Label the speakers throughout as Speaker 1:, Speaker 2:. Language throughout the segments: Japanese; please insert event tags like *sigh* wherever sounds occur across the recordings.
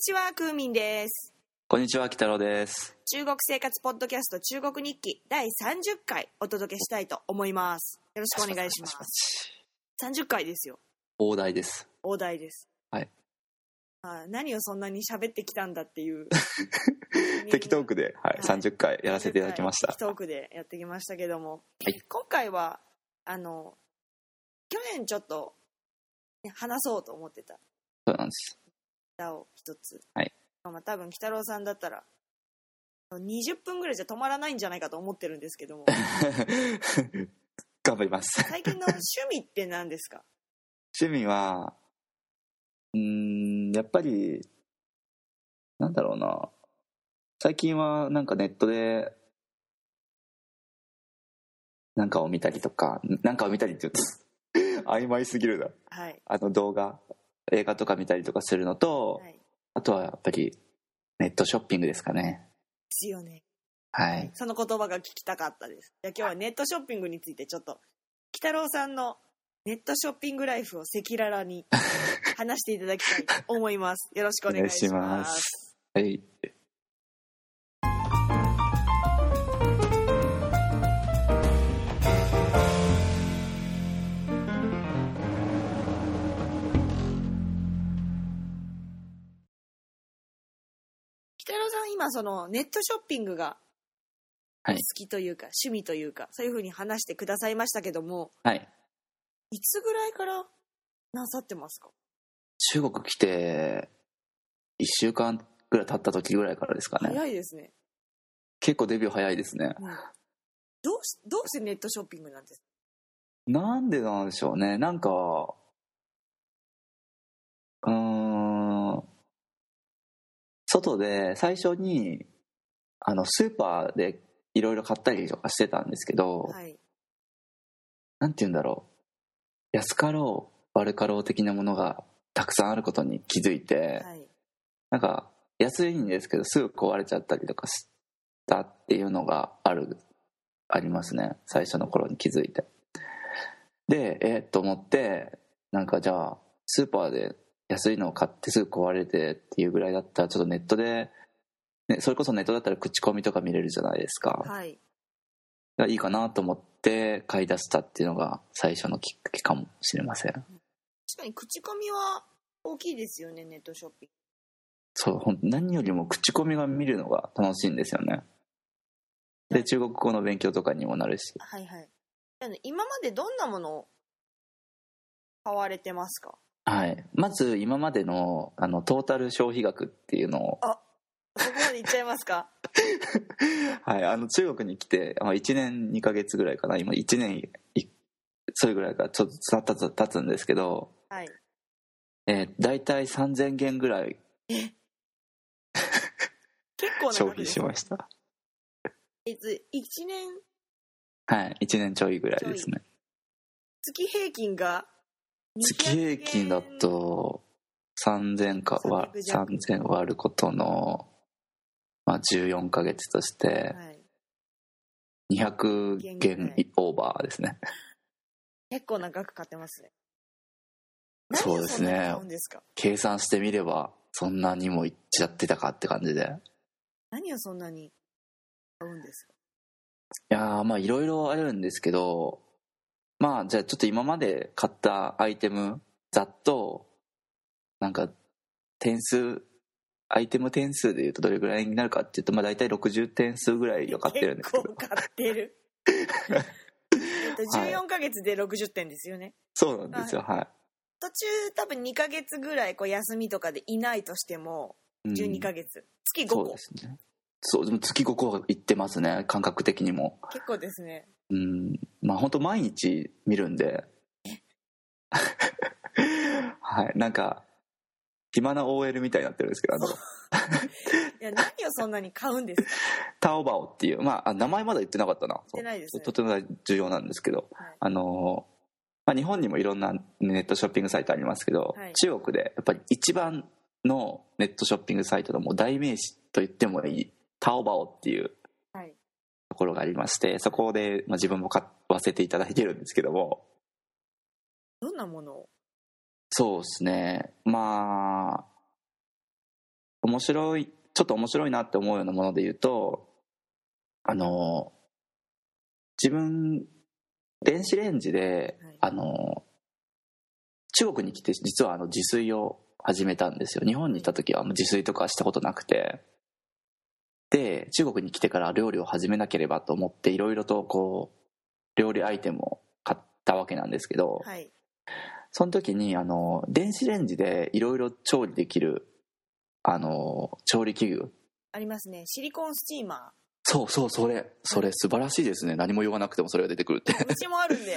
Speaker 1: ちは、クーミンです。
Speaker 2: こんにちは、北郎です。
Speaker 1: 中国生活ポッドキャスト中国日記第30回お届けしたいと思います。よろしくお願いします。30回ですよ。
Speaker 2: 大台です。
Speaker 1: 大台です。
Speaker 2: はい。
Speaker 1: あ何をそんなに喋ってきたんだっていう。
Speaker 2: *laughs* 適当区で、はい
Speaker 1: はい、
Speaker 2: 30回やらせていただきました
Speaker 1: はい。トークでやってきましたけども、
Speaker 2: はい
Speaker 1: 今回はあの去年ちょっとね話そうと思ってた
Speaker 2: そうなんです。
Speaker 1: 歌を一つ、
Speaker 2: はい
Speaker 1: まあ多分鬼太郎さんだったら20分ぐらいじゃ止まらないんじゃないかと思ってるんですけど *laughs* も
Speaker 2: *laughs* 頑張ります。
Speaker 1: 最近の趣味って何ですか
Speaker 2: 趣味は、うーん、やっぱり、なんだろうな。最近はなんかネットで、なんかを見たりとか、なんかを見たりって言うと、曖昧すぎるな。
Speaker 1: はい、
Speaker 2: あの動画、映画とか見たりとかするのと、
Speaker 1: はい、で
Speaker 2: あとはやっぱりネットショッピングですかね。
Speaker 1: すよね
Speaker 2: はい。
Speaker 1: その言葉が聞きたかったですじゃあ今日はネットショッピングについてちょっと鬼太郎さんのネットショッピングライフを赤裸々 *laughs* に話していただきたいと思いますよろしくお願いし
Speaker 2: お願い
Speaker 1: ま
Speaker 2: しますすはい。
Speaker 1: 北野さん今そのネットショッピングが好
Speaker 2: はい
Speaker 1: きというか、趣味というかそういうふうに話してくださいましたけども
Speaker 2: はい。
Speaker 1: いつぐらいからなさってますか
Speaker 2: 中国来て、1週間ぐらい経った時ぐらいからですかね。
Speaker 1: 早いですね、
Speaker 2: 結構デビュー早いですね。
Speaker 1: うんどうしどうしてネットショッピングなんです
Speaker 2: なんでなんでしょうね。なんか、うーん、外で最初に、あの、スーパーでいろいろ買ったりとかしてたんですけど、
Speaker 1: かはい
Speaker 2: なんて言うんだろう。安かろう、悪かろう的なものがたくさんあることに気づいて、
Speaker 1: はい
Speaker 2: なんか安いんですけどすぐ壊れちゃったりとかしたっていうのがあるありますね最初の頃に気づいてでえーっと思ってなんかじゃあスーパーで安いのを買ってすぐ壊れてっていうぐらいだったらちょっとネットで、ね、それこそネットだったら口コミとか見れるじゃないですか、
Speaker 1: はい
Speaker 2: がいいかなと思って買い出したっていうのが最初のきっかけかもしれません
Speaker 1: 確かに口コミは大きいですよねネットショッピン
Speaker 2: そうほん何よりも口コミが見るのが楽しいんですよねで中国語の勉強とかにもなるし
Speaker 1: グはいはいあの今までどんなものを買われてますか
Speaker 2: はい、まず今までのあのトータル消費額っていうのを *laughs*
Speaker 1: あ、そこまでいっちゃいますか
Speaker 2: はい、あの中国に来てあ1年2ヶ月ぐらいかな今1年いそれぐらいからちょっと経つ経つんですけど、
Speaker 1: はい
Speaker 2: えー、大体3000元ぐらい
Speaker 1: 結構な
Speaker 2: 消
Speaker 1: 額で
Speaker 2: 費
Speaker 1: す
Speaker 2: しました
Speaker 1: えつ一年
Speaker 2: はい1年ちょいぐらいですね
Speaker 1: 月平均が
Speaker 2: 月平均だと3000かわ
Speaker 1: 300弱
Speaker 2: 3000割ることの、まあ、14ヶ月として
Speaker 1: はい、
Speaker 2: 200元オーバーですね
Speaker 1: 結構な額買ってますね
Speaker 2: そうです
Speaker 1: 何をそんなに買う
Speaker 2: ね
Speaker 1: んですか
Speaker 2: 計算してみればそんなにもいっちゃってたかって感じで
Speaker 1: 何をそんなに買うんですか
Speaker 2: いやーまあいろいろあるんですけどまあじゃあちょっと今まで買ったアイテムざっとなんか点数アイテム点数でいうとどれぐらいになるかっていうとまあ大体60点数ぐらいを買ってるんですけ
Speaker 1: 結
Speaker 2: ど
Speaker 1: 構買って
Speaker 2: *laughs*
Speaker 1: るえっと14ヶ月で60点ですよね、
Speaker 2: そうなんですよはい、
Speaker 1: 途中多分2ヶ月ぐらいこう休みとかでいないとしても
Speaker 2: うん
Speaker 1: 12ヶ月、月5
Speaker 2: そう
Speaker 1: 個
Speaker 2: ですねそうでも月5個行ってますね感覚的にも
Speaker 1: 結構ですね
Speaker 2: うんまあ本当毎日見るんで *laughs* はいなんか暇な OL みたいになってるんですけどあの
Speaker 1: いや何をそんなに買うんですか
Speaker 2: タオバオっていうまああ名前まだ言ってなかったな
Speaker 1: 言ってないです
Speaker 2: *laughs* そう
Speaker 1: ね
Speaker 2: とても重要なんですけど、
Speaker 1: はい
Speaker 2: あのーまあ、日本にもいろんなネットショッピングサイトありますけど、
Speaker 1: はい
Speaker 2: 中国でやっぱり一番のネットショッピングサイトのもう代名詞と言ってもいいタオバオっていう
Speaker 1: はい
Speaker 2: ところがありましてそこで、まあ、自分も買わせていただいてるんですけども
Speaker 1: どんなものを
Speaker 2: そうですねまあ面白いちょっと面白いなって思うようなもので言うとあの自分電子レンジで、
Speaker 1: はい
Speaker 2: あの中国に来て実はあの自炊を始めたんですよ日本にいた時はもう自炊とかしたことなくてで中国に来てから料理を始めなければと思っていろいろとこう料理アイテムを買ったわけなんですけど、
Speaker 1: はい
Speaker 2: その時にあの電子レンジでいろいろ調理できるあの調理器具
Speaker 1: ありますねシリコンスチーマ
Speaker 2: そうそうそれそれ素晴らしいですね何も言わなくてもそれが出てくるって *laughs*
Speaker 1: ーうちもあるんで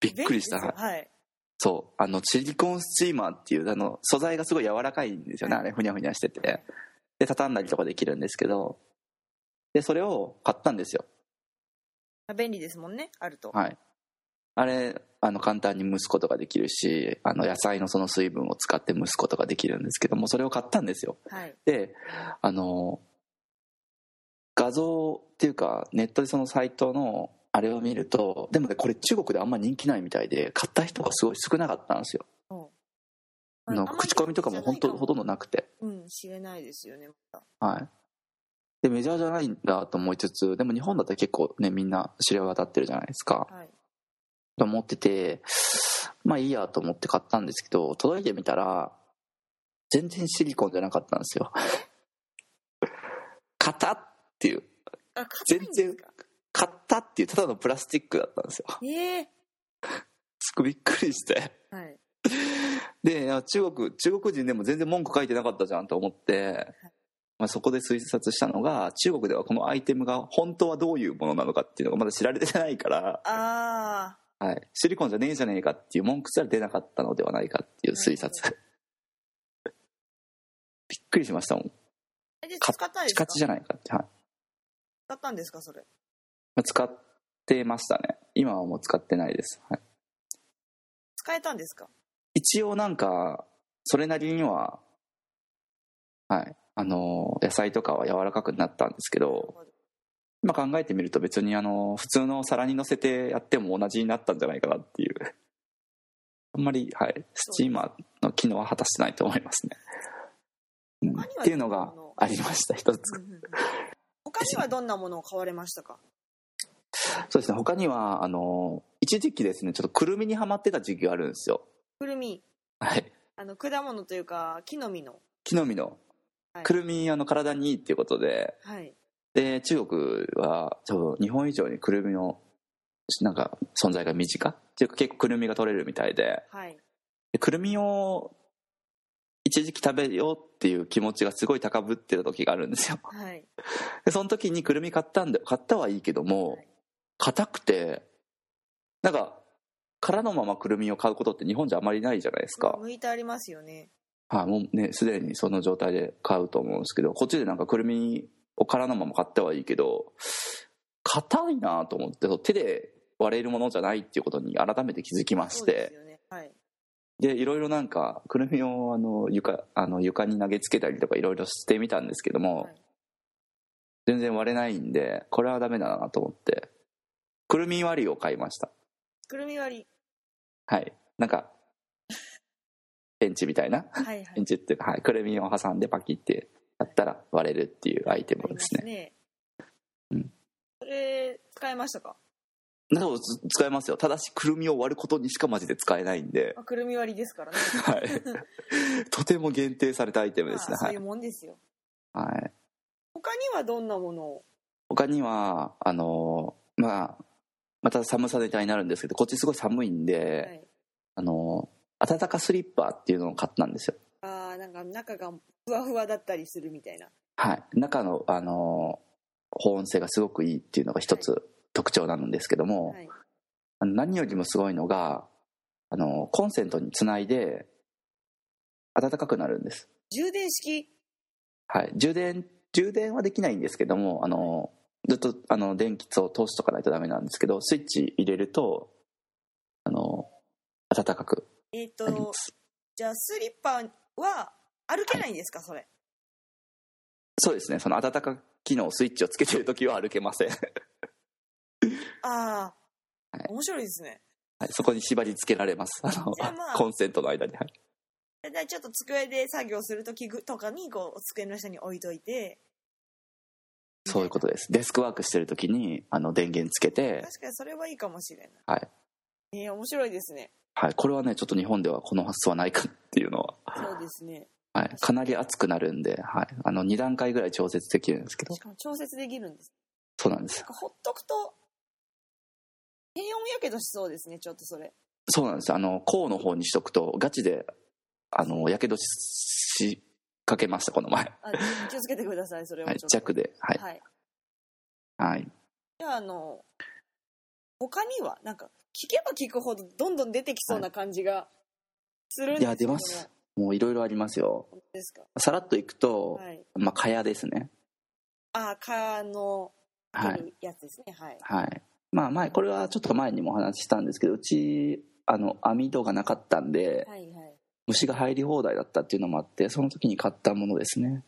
Speaker 2: びっくりした
Speaker 1: 便利ですよはい
Speaker 2: そうあのシリコンスチーマーっていうあの素材がすごい柔らかいんですよね
Speaker 1: は
Speaker 2: あ
Speaker 1: い
Speaker 2: れふにゃふにゃしててで畳んだりとかできるんですけどでそれを買ったんですよ
Speaker 1: まあ便利ですもんねあると
Speaker 2: はいあれあの簡単に蒸すことができるしあの野菜のその水分を使って蒸すことができるんですけどもそれを買ったんですよ
Speaker 1: はい
Speaker 2: であの画像っていうかネットでそのサイトのあれを見るとでもねこれ中国であんま人気ないみたいで買った人がすごい少なかったんですよあの口コミとかも本当ほとん
Speaker 1: ど
Speaker 2: どなくて
Speaker 1: うん知れないですよねまた
Speaker 2: はいでメジャーじゃないんだと思いつつでも日本だったら結構ねみんな知れ渡ってるじゃないですか
Speaker 1: はい
Speaker 2: と思っててまあいいやと思って買ったんですけど届いてみたら全然シリコンじゃなかったんですよ *laughs* 硬っていう
Speaker 1: あ硬いんですか
Speaker 2: 買ったっていうただのプラスチックだったんですよ *laughs*
Speaker 1: ええ
Speaker 2: すごいびっくりして
Speaker 1: はい
Speaker 2: であ中国中国人でも全然文句書いてなかったじゃんと思って、まあ、そこで推察したのが中国ではこのアイテムが本当はどういうものなのかっていうのがまだ知られてないから、
Speaker 1: ああ
Speaker 2: はい、シリコンじゃねえじゃねえかっていう文句すら出なかったのではないかっていう推察びっくりしましたもん
Speaker 1: えで
Speaker 2: か
Speaker 1: 使ったんです
Speaker 2: チ
Speaker 1: か
Speaker 2: カチじ
Speaker 1: 使
Speaker 2: ゃないかって、はい
Speaker 1: ったんですかそれ
Speaker 2: まあ、使ってましたね今はもう使ってないです、はい
Speaker 1: 使えたんですか
Speaker 2: 一応なんかそれなりにははいあの野菜とかは柔らかくなったんですけど今考えてみると別にあの普通の皿に乗せてやっても同じになったんじゃないかなっていう *laughs* あんまりはいスチーマーの機能は果たしてないと思いますね、うん、っ
Speaker 1: 他には
Speaker 2: ていうのがありました一つ
Speaker 1: うんうんうん他にはどんなものを買われましたか
Speaker 2: そうですね他にはあの一時期ですねちょっとくるみにはまってた時期があるんですよ
Speaker 1: くるみ
Speaker 2: はい
Speaker 1: あの果物というか木の実の
Speaker 2: 木の実の
Speaker 1: はい
Speaker 2: くるみあの体にいいっていうことで
Speaker 1: はい
Speaker 2: で中国は多分日本以上にくるみのなんか存在が身近っていうか結構くるみが取れるみたいで
Speaker 1: はい
Speaker 2: でくるみを一時期食べようっていう気持ちがすごい高ぶってた時があるんですよ *laughs*
Speaker 1: はい
Speaker 2: でその時にくるみ買ったんで買ったはいいけども硬くてなんか殻のままくるみを買うことって日本じゃあまりないじゃないですか、
Speaker 1: 向いてありますよね
Speaker 2: はい、もうねすでにその状態で買うと思うんですけどこっちでなんかくるみを殻のまま買ってはいいけど硬いなと思ってそう手で割れるものじゃないっていうことに改めて気づきまし
Speaker 1: そうです
Speaker 2: て
Speaker 1: よねはい
Speaker 2: でいろいろなんかくるみをあの床あの床に投げつけたりとかいろいろしてみたんですけども、
Speaker 1: はい
Speaker 2: 全然割れないんでこれはダメだなと思ってくるみ割りを買いました
Speaker 1: くるみ割り
Speaker 2: はいなんかペンチみたいな
Speaker 1: はいは
Speaker 2: ピン
Speaker 1: い
Speaker 2: チ *laughs* っていうか、はい、くるみを挟んでパキってやったら割れるっていうアイテム
Speaker 1: あり
Speaker 2: で
Speaker 1: ますす
Speaker 2: ね。
Speaker 1: ね
Speaker 2: うん
Speaker 1: それ使えましたか
Speaker 2: なおつ使えますよ。ただし、くるみを割ることにしかマジで使えないんで、
Speaker 1: まあくるみ割りですからね
Speaker 2: *laughs* はい。とても限定されたアイテム
Speaker 1: まあ
Speaker 2: ですね。
Speaker 1: そ
Speaker 2: は
Speaker 1: うい。
Speaker 2: いう
Speaker 1: もんですよ
Speaker 2: はい、
Speaker 1: 他にはどんなものを
Speaker 2: 他には、あのーまあ、また寒さで対になるんですけど、こっちすごい寒いんで、
Speaker 1: はい
Speaker 2: あのー暖かスリッパっていうのを買ったんですよ。
Speaker 1: あーなんか中がふわふわだったりするみたいな
Speaker 2: はい。中の、あのー保温性がすごくいいっていうのが一つ特徴なんですけども、
Speaker 1: はい
Speaker 2: あの何よりもすごいのがあのコンセントにつないで暖かくなるんです、
Speaker 1: 充電式
Speaker 2: はい、充電充電はできないんですけどもあのずっとあの電気を通しとかないとダメなんですけどスイッチ入れるとあの暖かく
Speaker 1: えっ、
Speaker 2: なり
Speaker 1: と
Speaker 2: ます
Speaker 1: じゃあスリッパは歩けないんですかそれ
Speaker 2: そうですねその暖か機能スイッチをつけてる時は歩けません、は *laughs*
Speaker 1: ああ、
Speaker 2: はい
Speaker 1: 面白いですね
Speaker 2: い、そこに縛り付けられますあの
Speaker 1: じゃあまあ
Speaker 2: コンセントの間に、はい
Speaker 1: だいたいちょっと机で作業するときぐとかにこう机の下に置いといて
Speaker 2: そういうことですデスクワークしてる時にあの電源つけて、
Speaker 1: 確かにそれはいいかもしれない
Speaker 2: はい
Speaker 1: えー、面白いですね
Speaker 2: はい、これはねちょっと日本ではこの発想はないかっていうのは、
Speaker 1: そうですね
Speaker 2: はい、かなり熱くなるんで、はい、あの2段階ぐらい調節できるんですけど
Speaker 1: しかも調節できるんです
Speaker 2: そうなんです
Speaker 1: なんかほっとくと低温やけどしそうですねちょっとそれ
Speaker 2: そうなんですあの甲の方にしとくとガチであのやけどししかけましたこの前、
Speaker 1: あ気をつけてくださいそれは
Speaker 2: はい
Speaker 1: ちょ、っと
Speaker 2: 弱ではい、
Speaker 1: はい
Speaker 2: はい、
Speaker 1: じゃああの他にはなんか聞けば聞くほどどんどん出てきそうな感じがするんですけども
Speaker 2: いや出ますもういろいろありますよ
Speaker 1: 本当ですか
Speaker 2: さらっといくと、
Speaker 1: はい
Speaker 2: まあ蚊帳ですね
Speaker 1: あ蚊の
Speaker 2: は
Speaker 1: 出
Speaker 2: い
Speaker 1: るやつですねはい
Speaker 2: はいまあ前これはちょっと前にもお話ししたんですけどうちあの網戸がなかったんで、
Speaker 1: はいはい
Speaker 2: 虫が入り放題だったっていうのもあってその時に買ったものですね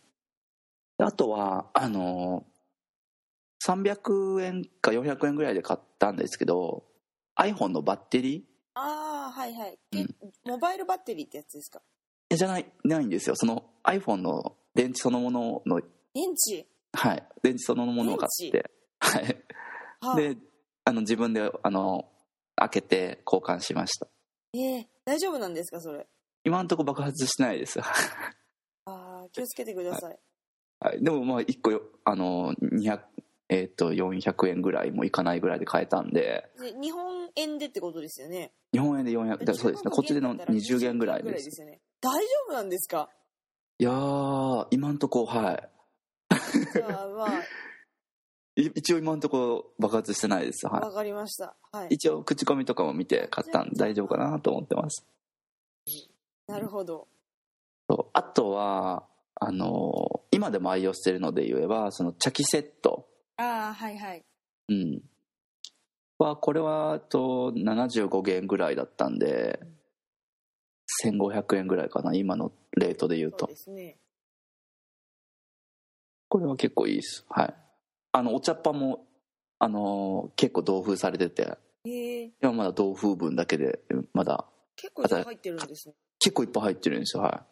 Speaker 2: であとはあの300円か400円ぐらいで買ったんですけど iPhone のバッテリ
Speaker 1: ああはいはい、
Speaker 2: う
Speaker 1: えモバイルバッテリーってやつですか
Speaker 2: ーじゃないないんですよその iPhone の電池そのものの
Speaker 1: 電池
Speaker 2: はい電池そのものを買ってはい
Speaker 1: はあ
Speaker 2: であの自分であの開けて交換しました
Speaker 1: えー大丈夫なんですかそれ
Speaker 2: 今のとこ爆発してないです、
Speaker 1: ああ気をつけてください、
Speaker 2: はい、でもまあ1個よあの200えっ、と400円ぐらいもいかないぐらいで買えたんで
Speaker 1: で日本円でってことですよね
Speaker 2: 日本円で400だからそうですねこっちでの20元ぐらい
Speaker 1: 20元
Speaker 2: です
Speaker 1: よね大丈夫なんですか
Speaker 2: いやー今んとこはい
Speaker 1: じゃあま
Speaker 2: い一応今んとこ爆発してないです
Speaker 1: あ
Speaker 2: は
Speaker 1: わかりましたはい
Speaker 2: い一応口コミとかも見て買ったんで大丈夫かなと思ってます
Speaker 1: なるほど
Speaker 2: そうあとはあのー今でも愛用してるので言えばその茶器セット
Speaker 1: ああはいはい
Speaker 2: うんはこれはあと75元ぐらいだったんで1500円ぐらいかな今のレートで言う
Speaker 1: そ
Speaker 2: と
Speaker 1: うですね
Speaker 2: これは結構いいですはいあのお茶っ葉もあのー結構同封されてて
Speaker 1: えー、
Speaker 2: 今まだ同封分だけでまだ
Speaker 1: 結構じゃあ入ってるんですね
Speaker 2: 結構いっぱい入ってるんですよはいっ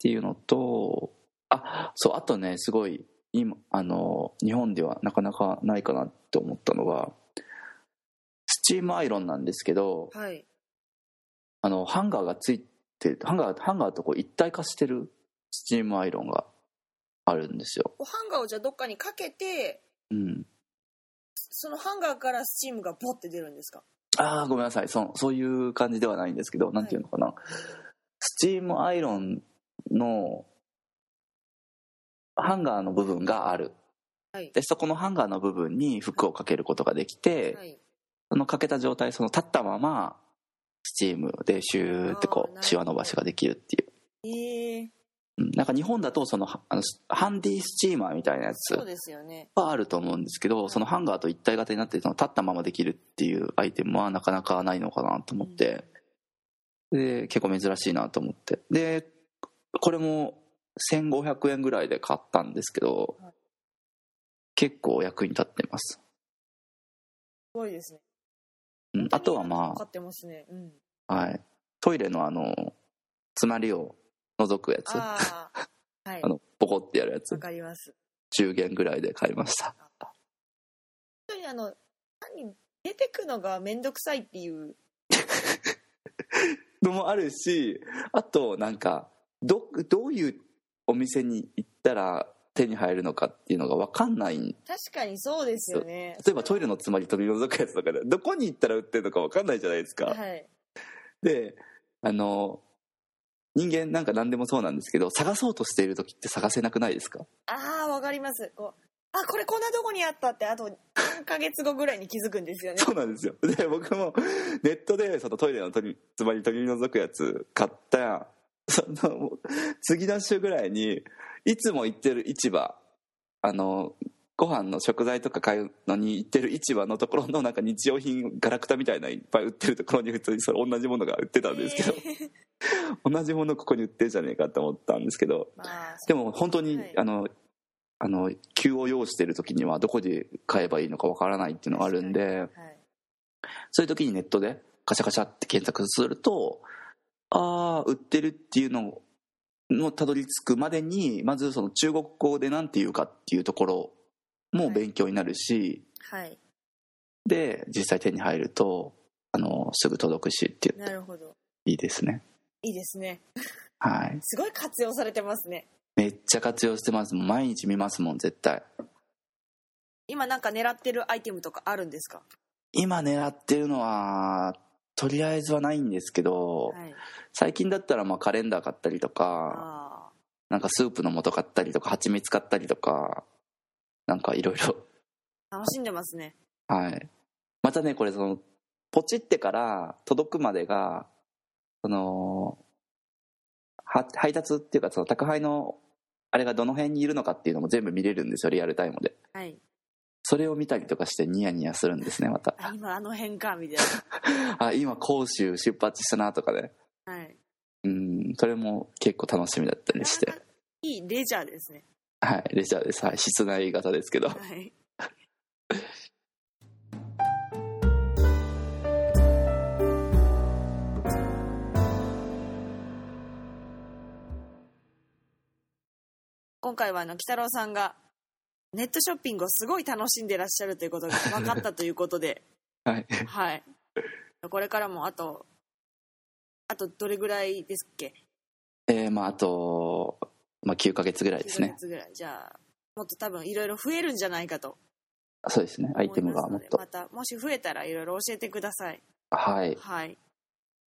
Speaker 2: ていうのとあそうあとねすごい今あの日本ではなかなかないかなって思ったのがスチームアイロンなんですけど
Speaker 1: はい
Speaker 2: あのハンガーがついてハンガーハンガーとこう一体化してるスチームアイロンがあるんですよ、
Speaker 1: こうハンガーをじゃあどっかにかけて
Speaker 2: うん、
Speaker 1: そのハンガーからスチームがボッて出るんですか
Speaker 2: ああごめんなさいそそういう感じではないんですけどなんていうのかな、スチームアイロンのハンガーの部分がある
Speaker 1: はい
Speaker 2: でそこのハンガーの部分に服をかけることができて、
Speaker 1: い
Speaker 2: そのかけた状態その立ったままスチームでシューって
Speaker 1: あーな
Speaker 2: こ
Speaker 1: るほど
Speaker 2: うシワ伸ばしができるっていう
Speaker 1: ええー、
Speaker 2: うんなんか日本だとそのはあのハンディスチーマーみたいなやつ
Speaker 1: そうですよね
Speaker 2: はあると思うんですけどそのハンガーと一体型になってその立ったままできるっていうアイテムはなかなかないのかなと思って、で結構珍しいなと思ってでこれも1500円ぐらいで買ったんですけど、
Speaker 1: はい
Speaker 2: 結構役に立ってます、
Speaker 1: すごいですね
Speaker 2: うん、あとはま
Speaker 1: 買ってますねうん
Speaker 2: あ、はい、トイレのあの詰まりを除くやつあ
Speaker 1: ああはい
Speaker 2: のポコってやるやつ
Speaker 1: わかります
Speaker 2: 10元ぐらいで買いました
Speaker 1: 本当にあの何出てくのがめんどくさいっていう
Speaker 2: のもあるしあとなんかどどういうお店に行ったら手に入るのかっていうのが分かんないん
Speaker 1: 確かにそうですよね
Speaker 2: 例えばトイレのつまり取り除くやつとかでどこに行ったら売ってるのか分かんないじゃないですか。
Speaker 1: はい
Speaker 2: であの人間なんか何でもそうなんですけど探そうとしている時って探せなくないですか
Speaker 1: ああわかりますこうあこれこんなとこにあったってあと3ヶ月後ぐらいに気づくんですよね
Speaker 2: *laughs* そうなんですよで僕もネットでそのトイレの取りつまり取り除くやつ買ったそのもう次の週ぐらいにいつも行ってる市場あのご飯の食材とか買うのに行ってる市場のところのなんか日用品ガラクタみたいなのいっぱい売ってるところに普通にそれ同じものが売ってたんですけど、
Speaker 1: えー
Speaker 2: 同じものここに売ってるじゃねえかと思ったんですけど
Speaker 1: まあ
Speaker 2: でも本当に、
Speaker 1: はい
Speaker 2: あのあの急を要してる時にはどこで買えばいいのかわからないっていうのがあるんで。
Speaker 1: はい
Speaker 2: そういう時にネットでカシャカシャって検索するとああ売ってるっていうののたどり着くまでにまずその中国語で何て言うかっていうところも勉強になるし、
Speaker 1: はい
Speaker 2: で実際手に入るとあのすぐ届くしっていう
Speaker 1: なるほど
Speaker 2: いいですね
Speaker 1: いいですね
Speaker 2: はい
Speaker 1: すごい活用されてますね
Speaker 2: めっちゃ活用してますもう毎日見ますもん絶対
Speaker 1: 今なんか狙ってるアイテムとかあるんですか
Speaker 2: 今狙ってるのはとりあえずはないんですけど、
Speaker 1: はい
Speaker 2: 最近だったらまあカレンダー買ったりとか
Speaker 1: あ
Speaker 2: なんかスープの素買ったりとか蜂蜜買ったりとかなんかいろいろ *laughs*
Speaker 1: ー楽しんでますね
Speaker 2: はい。またね、これその、ポチってから届くまでが、その、は配達っていうか、その宅配の、あれがどの辺にいるのかっていうのも全部見れるんですよ、リアルタイムで。
Speaker 1: はい
Speaker 2: それを見たりとかしてニヤニヤするんですね、また。
Speaker 1: あ今あの辺かみたい
Speaker 2: *laughs* あ、今、甲州出発したなとかね。
Speaker 1: なはい
Speaker 2: うん、それも結構楽しみだったりして
Speaker 1: な。かなかいいレジャーですね
Speaker 2: はい、レジャーです。はい、室内型ですけど。
Speaker 1: はい今回はあの北郎さんがネットショッピングをすごい楽しんでらっしゃるということ
Speaker 2: *laughs*
Speaker 1: が分かったということで
Speaker 2: はい。
Speaker 1: はいこれからもあとあとどれぐらいですっけ
Speaker 2: えー、まあ、あと、まあ、9ヶ月ぐらいです
Speaker 1: 1ヶ
Speaker 2: ね。
Speaker 1: 月ぐらいじゃあもっと多分いろいろ増えるんじゃないかと
Speaker 2: そうですね、アイテムがもっと
Speaker 1: 思い。ますのでまたもし増えたらいろいろ教えてください
Speaker 2: はい。
Speaker 1: はい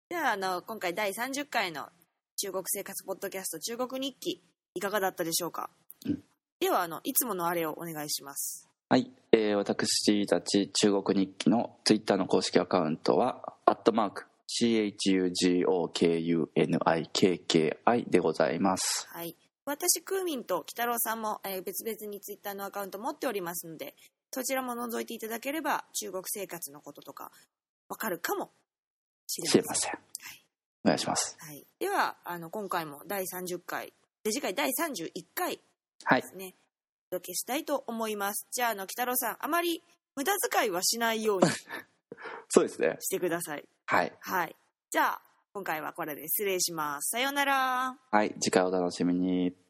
Speaker 1: ではあの今回第30回の中国生活ポッドキャスト中国日記いかがだったでしょうか、
Speaker 2: うん
Speaker 1: ではあのいつものあれをお願いします
Speaker 2: はい、えー私たち中国日記のツイッターの公式アカウントは、アットマーク、CHUGOKUNIKKI でございます。
Speaker 1: はい私クーミンと北郎さんも、えー別々にツイッターのアカウント持っておりますのでそちらも覗いていただければ中国生活のこととかわかるかもしれま
Speaker 2: 知
Speaker 1: せん
Speaker 2: れません。お願いします。
Speaker 1: はい、ではあの今回も第30回で次回第31回
Speaker 2: はい
Speaker 1: で。すねお届けしたいと思いますじゃああの北郎さんあまり無駄遣いはしないように
Speaker 2: そうですね。
Speaker 1: してください
Speaker 2: はい。
Speaker 1: はいじゃあ今回はこれで失礼しますさようなら
Speaker 2: はい、次回お楽しみに。